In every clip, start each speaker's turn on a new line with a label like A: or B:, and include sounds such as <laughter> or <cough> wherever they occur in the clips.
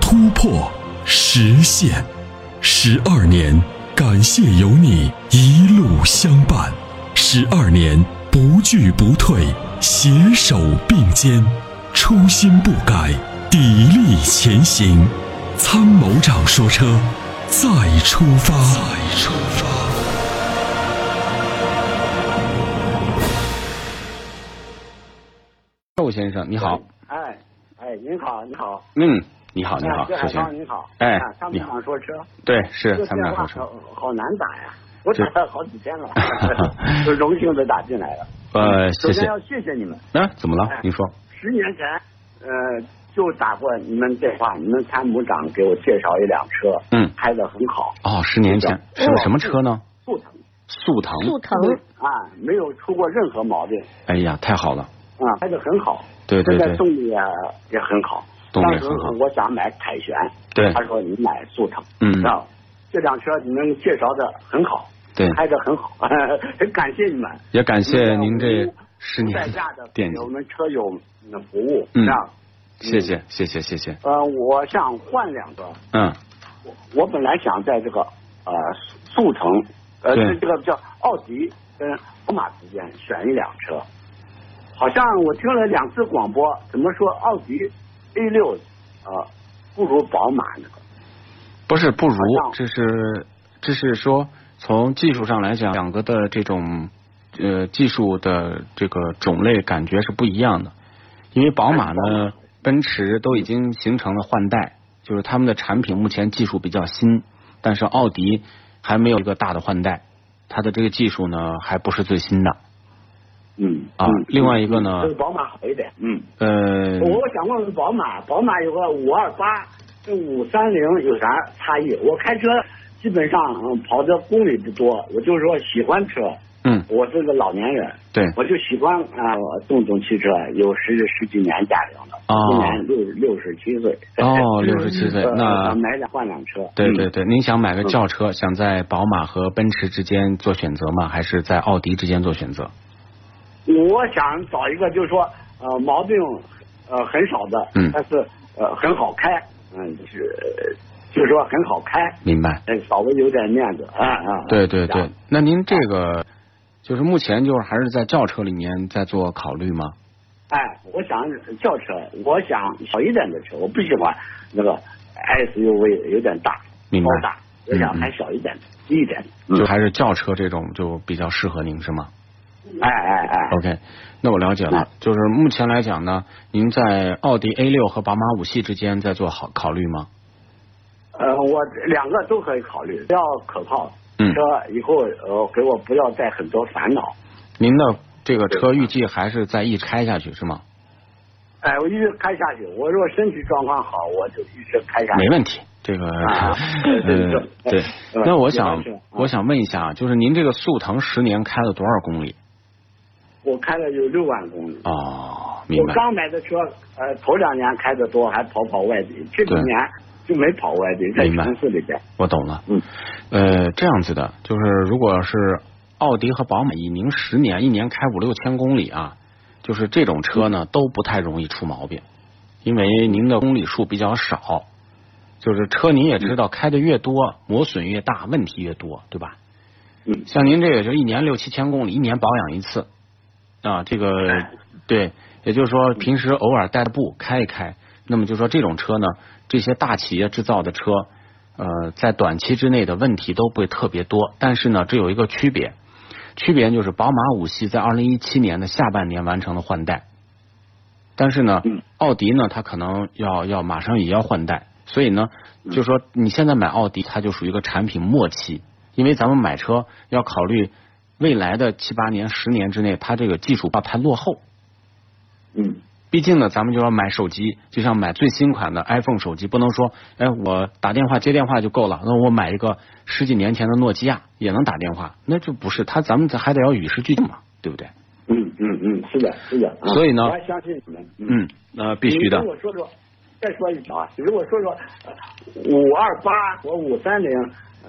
A: 突破、实现，十二年，感谢有你一路相伴，十二年不惧不退，携手并肩，初心不改，砥砺前行。”参谋长说：“车，再出发。”再出发。
B: 寿先生，你好。
C: 哎哎，您好，你好，
B: 嗯，你好，你好，
C: 哎
B: 寿
C: 海
B: 先
C: 芳
B: 生。
C: 您好，
B: 哎
C: 啊参
B: 你
C: 谋
B: 好
C: 长说车，
B: 对，是
C: 这
B: 参谋
C: 电
B: 长
C: 话
B: 说车。，
C: 好好难打呀，我打了好几天了
B: <laughs>
C: 就荣幸的打进来了。
B: 呃，谢
C: 嗯首
B: 谢
C: 先。要谢谢你们，
B: 那、怎么了
C: 哎？
B: 您说。
C: 十年前呃就打过你们电话，你们参谋长给我介绍一辆车，
B: 嗯
C: 开的很好，
B: 哦，十年前
C: 这
B: 是
C: 个
B: 个什么车呢？
C: 速腾
B: 速腾。
D: 速腾，
C: 啊，没有出过任何毛病
B: 哎呀，太好了。
C: 啊，开的很好，
B: 对对
C: 现在
B: 对
C: 动力也也很好。
B: 动力
C: 当时
B: 很好
C: 我想买凯旋，
B: 对
C: 他说你买速腾，
B: 嗯
C: 啊，这辆车你们介绍的很好，
B: 对，
C: 开的很好， <laughs> 很感谢你们。
B: 也感谢您这十
C: 在
B: 年
C: 家的
B: 惦记
C: 给我。们车友嗯服务，
B: 嗯
C: 这样。
B: 谢谢，谢谢，谢谢。
C: 呃，我想换两个，
B: 嗯，
C: 我我本来想在这个呃速腾，呃
B: 对
C: 这这个叫奥迪跟宝马之间选一辆车。好像我听了两次广播，怎么说奥迪 A 六呃不如宝马那个？
B: 不是不如
C: 好像，
B: 这是这是说从技术上来讲，两个的这种呃技术的这个种类感觉是不一样的。因为宝马呢，
C: 哎
B: 奔驰都已经形成了换代，就是他们的产品目前技术比较新，但是奥迪还没有一个大的换代，它的这个技术呢还不是最新的
C: 嗯
B: 啊
C: 嗯。
B: 另外一个呢
C: 这，个宝马好一点，嗯。
B: 呃，
C: 我想问问宝马，宝马有个五二八跟五三零有啥差异？我开车基本上、嗯跑的公里不多，我就是说喜欢车，
B: 嗯，
C: 我是个老年人，
B: 对，
C: 我就喜欢啊、动动汽车，有十十几年驾龄了，
B: 哦
C: 今年六六十七岁。
B: 哦，六十七岁
C: 呃，
B: 那
C: 想买辆换辆车。
B: 对对
C: 嗯
B: 对，您想买个轿车，想在宝马和奔驰之间做选择吗？还是在奥迪之间做选择？
C: 我想找一个就是说呃毛病呃很少的，
B: 嗯
C: 但是呃很好开，嗯，就是呃就是说很好开。
B: 明白？
C: 哎，稍微有点面子啊啊！
B: 对对对
C: 啊，，
B: 那您这个就是目前就是还是在轿车里面在做考虑吗？
C: 哎，我想轿车，我想小一点的车，我不喜欢那个 SUV 有点大，
B: 明白
C: 高哦大，我想
B: 嗯嗯
C: 还小一点的，低一点嗯的。
B: 就还是轿车这种就比较适合您是吗
C: 哎哎哎，
B: ？OK，那我了解了
C: 嗯。
B: 就是目前来讲呢，您在奥迪 A 六和宝马五系之间在做好考虑吗？
C: 呃，我两个都可以考虑，要可靠。
B: 嗯
C: 车以后呃，给我不要再很多烦恼。
B: 您的这个车预计还是在一开下去是吗？
C: 哎，我一直开下去。我若身体状况好，我就一直开下去。
B: 没问题，这个、
C: 啊 <laughs> 对对
B: 呃
C: 对
B: 对。
C: 嗯
B: 那我
C: 没
B: 想
C: 关系啊
B: 我想问一下，就是您这个速腾十年开了多少公里？
C: 我开了有六万公里。
B: 哦，明
C: 我
B: 白。
C: 刚买的车，呃，头两年开的多，还跑跑外地，这几
B: 对
C: 年就没跑外地，在
B: 明白
C: 城市里边。
B: 我懂了。
C: 嗯，
B: 呃，这样子的，就是如果是奥迪和宝马，以您十年一年开五六千公里啊，就是这种车呢都不太容易出毛病，因为您的公里数比较少，就是车您也知道，开的越多，磨损越大，问题越多，对吧？
C: 嗯
B: 像您这个就一年六七千公里，一年保养一次啊，这个对，也就是说平时偶尔带着步开一开，那么就说这种车呢，这些大企业制造的车，呃，在短期之内的问题都不会特别多，但是呢，这有一个区别，区别就是宝马五系在二零一七年的下半年完成了换代，但是呢
C: 嗯，
B: 奥迪呢，它可能要要马上也要换代，所以呢，就说你现在买奥迪，它就属于一个产品末期，因为咱们买车要考虑未来的七八年、十年之内，它这个技术不要太落后。
C: 嗯
B: 毕竟呢，咱们就要买手机，就像买最新款的 iPhone 手机，不能说，哎，我打电话接电话就够了，那我买一个十几年前的诺基亚也能打电话，那就不是它，咱们还得要与时俱进嘛，对不对？
C: 嗯嗯嗯，是的，是的。啊
B: 所以呢
C: 我还相信你们。
B: 嗯，那、必须的
C: 你如。果说说，再说一条啊，如果说说五二八和五三零，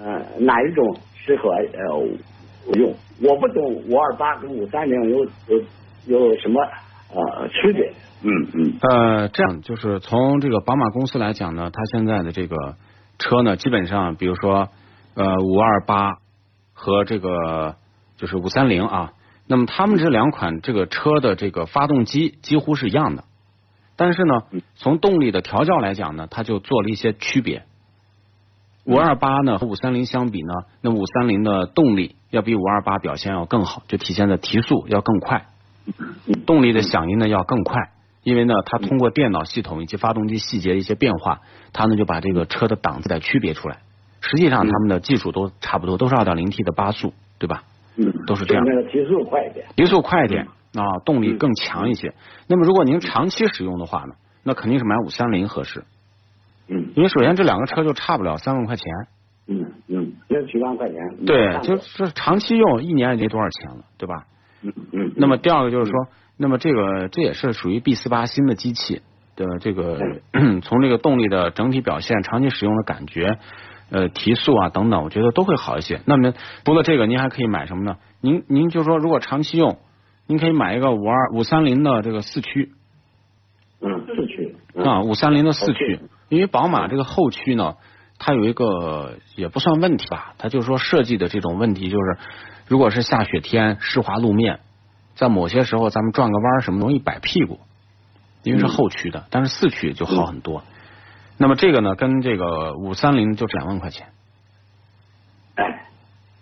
C: 呃，哪一种适合呃我用？我不懂五二八跟五三零有有有什么呃区别？嗯嗯
B: 呃，这样就是从这个宝马公司来讲呢，它现在的这个车呢，基本上比如说呃五二八和这个就是五三零啊，那么他们这两款这个车的这个发动机几乎是一样的，但是呢，从动力的调教来讲呢，它就做了一些区别。五二八呢和五三零相比呢，那五三零的动力要比五二八表现要更好，就体现在提速要更快，动力的响应呢要更快，因为呢它通过电脑系统以及发动机细节的一些变化，它呢就把这个车的档次给区别出来。实际上他们的技术都差不多，都是二点零 T 的八速，对吧？
C: 嗯，
B: 都是这样
C: 那个提速快一点。
B: 提速快一点啊，动力更强一些。那么如果您长期使用的话呢，那肯定是买五三零合适，
C: 嗯
B: 因为首先这两个车就差不了三万块钱。
C: 嗯嗯，那几万块钱。嗯
B: 对，就
C: 就是
B: 长期用，一年也没多少钱了，对吧？
C: 嗯嗯。
B: 那么第二个就是说，那么这个这也是属于 B 四八新的机器的这个 <clears throat> 从这个动力的整体表现、长期使用的感觉、呃提速啊等等，我觉得都会好一些。那么除了这个，您还可以买什么呢？您您就说如果长期用，您可以买一个五二五三零的这个四驱
C: 嗯四驱嗯
B: 啊，五三零的四驱
C: OK，
B: 因为宝马这个后驱呢，它有一个也不算问题吧，它就是说设计的这种问题，就是如果是下雪天、湿滑路面，在某些时候咱们转个弯儿什么容易摆屁股，因为是后驱
C: 嗯
B: 的，但是四驱就好很多。那么这个呢，跟这个五三零就是两万块钱，
C: 哎，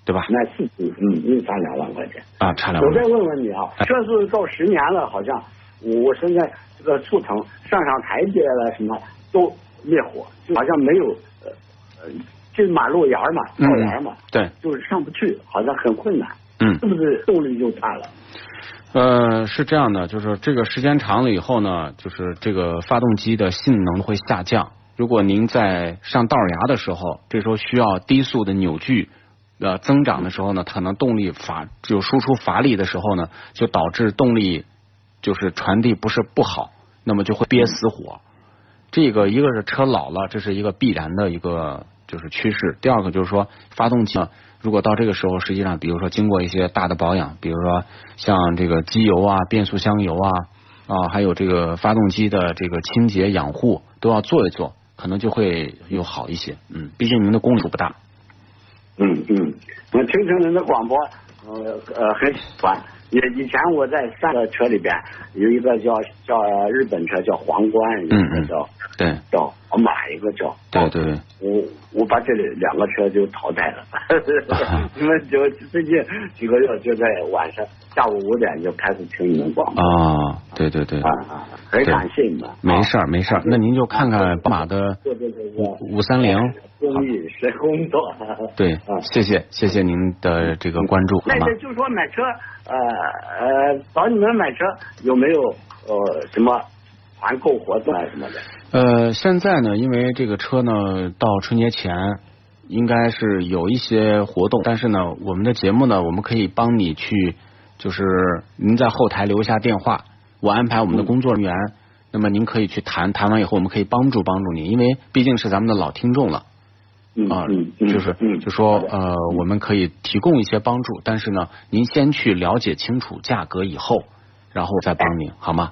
B: 对吧？
C: 那四驱嗯一三两万块钱。
B: 啊，差两
C: 我
B: 万
C: 再
B: 块钱。
C: 问问你啊，这是到十年了，好像我我现在这个速腾上上台阶了，什么都灭火，就好像没有呃呃这马路沿儿嘛，道沿儿嘛，
B: 嗯对，
C: 就是上不去，好像很困难，
B: 嗯
C: 是。不是动力就差了？
B: 呃，是这样的，就是这个时间长了以后呢，就是这个发动机的性能会下降。如果您在上道牙的时候，这时候需要低速的扭矩呃增长的时候呢，可能动力乏就输出乏力的时候呢，就导致动力就是传递不是不好，那么就会憋死火。这个一个是车老了，这是一个必然的一个就是趋势。第二个就是说，发动机呢，啊如果到这个时候，实际上比如说经过一些大的保养，比如说像这个机油啊、变速箱油啊啊，还有这个发动机的这个清洁养护都要做一做，可能就会又好一些。嗯，毕竟您的公里数不大。
C: 嗯嗯，我听听您的广播，呃呃很喜欢。也以前我在三个车里边有一个叫叫日本车叫皇冠，有一
B: 嗯嗯
C: 个叫
B: 对
C: 叫宝马，一个叫
B: 对对对，
C: 我我把这两个车就淘
B: <laughs>
C: 汰了，因为就最近几个月就在晚上下午五点就开始听你们广播
B: 啊，对对对，
C: 啊啊，很感谢你们。啊
B: 没事儿没事儿，那您就看看宝马的
C: 做这个
B: 五五三零。
C: 公益是工作。
B: 对
C: 啊，
B: 谢谢谢谢您的这个关注，好
C: 那
B: 吗？
C: 那就说买车，呃呃，找你们买车有没有呃什么团购活动啊什么的？
B: 呃，现在呢，因为这个车呢，到春节前应该是有一些活动，但是呢，我们的节目呢，我们可以帮你去，就是您在后台留一下电话，我安排我们的工作人员，那么您可以去谈，谈完以后我们可以帮助帮助您，因为毕竟是咱们的老听众了。
C: 嗯
B: 啊，
C: 嗯嗯，
B: 就是
C: 嗯，
B: 就说
C: 好的
B: 呃，我们可以提供一些帮助，但是呢，您先去了解清楚价格以后，然后我再帮您，好吗？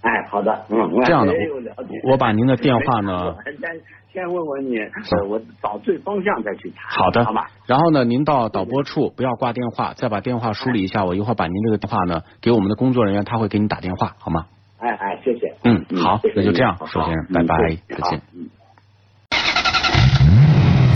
C: 哎，好的，嗯，我
B: 这样的
C: 也有了解
B: 我把您的电话呢，
C: 先先问问你，呃，我找对方向再去谈。
B: 好的
C: 好吧。
B: 然后呢，您到导播处不要挂电话，再把电话梳理一下，我一会儿把您这个电话呢给我们的工作人员，他会给你打电话，好吗？
C: 哎哎，谢谢。
B: 嗯好
C: 谢谢
B: 那就
C: 你
B: 这样
C: 好
B: 首先
C: 好
B: 拜
C: 嗯
B: 拜
C: 谢谢
B: 再见
C: 好嗯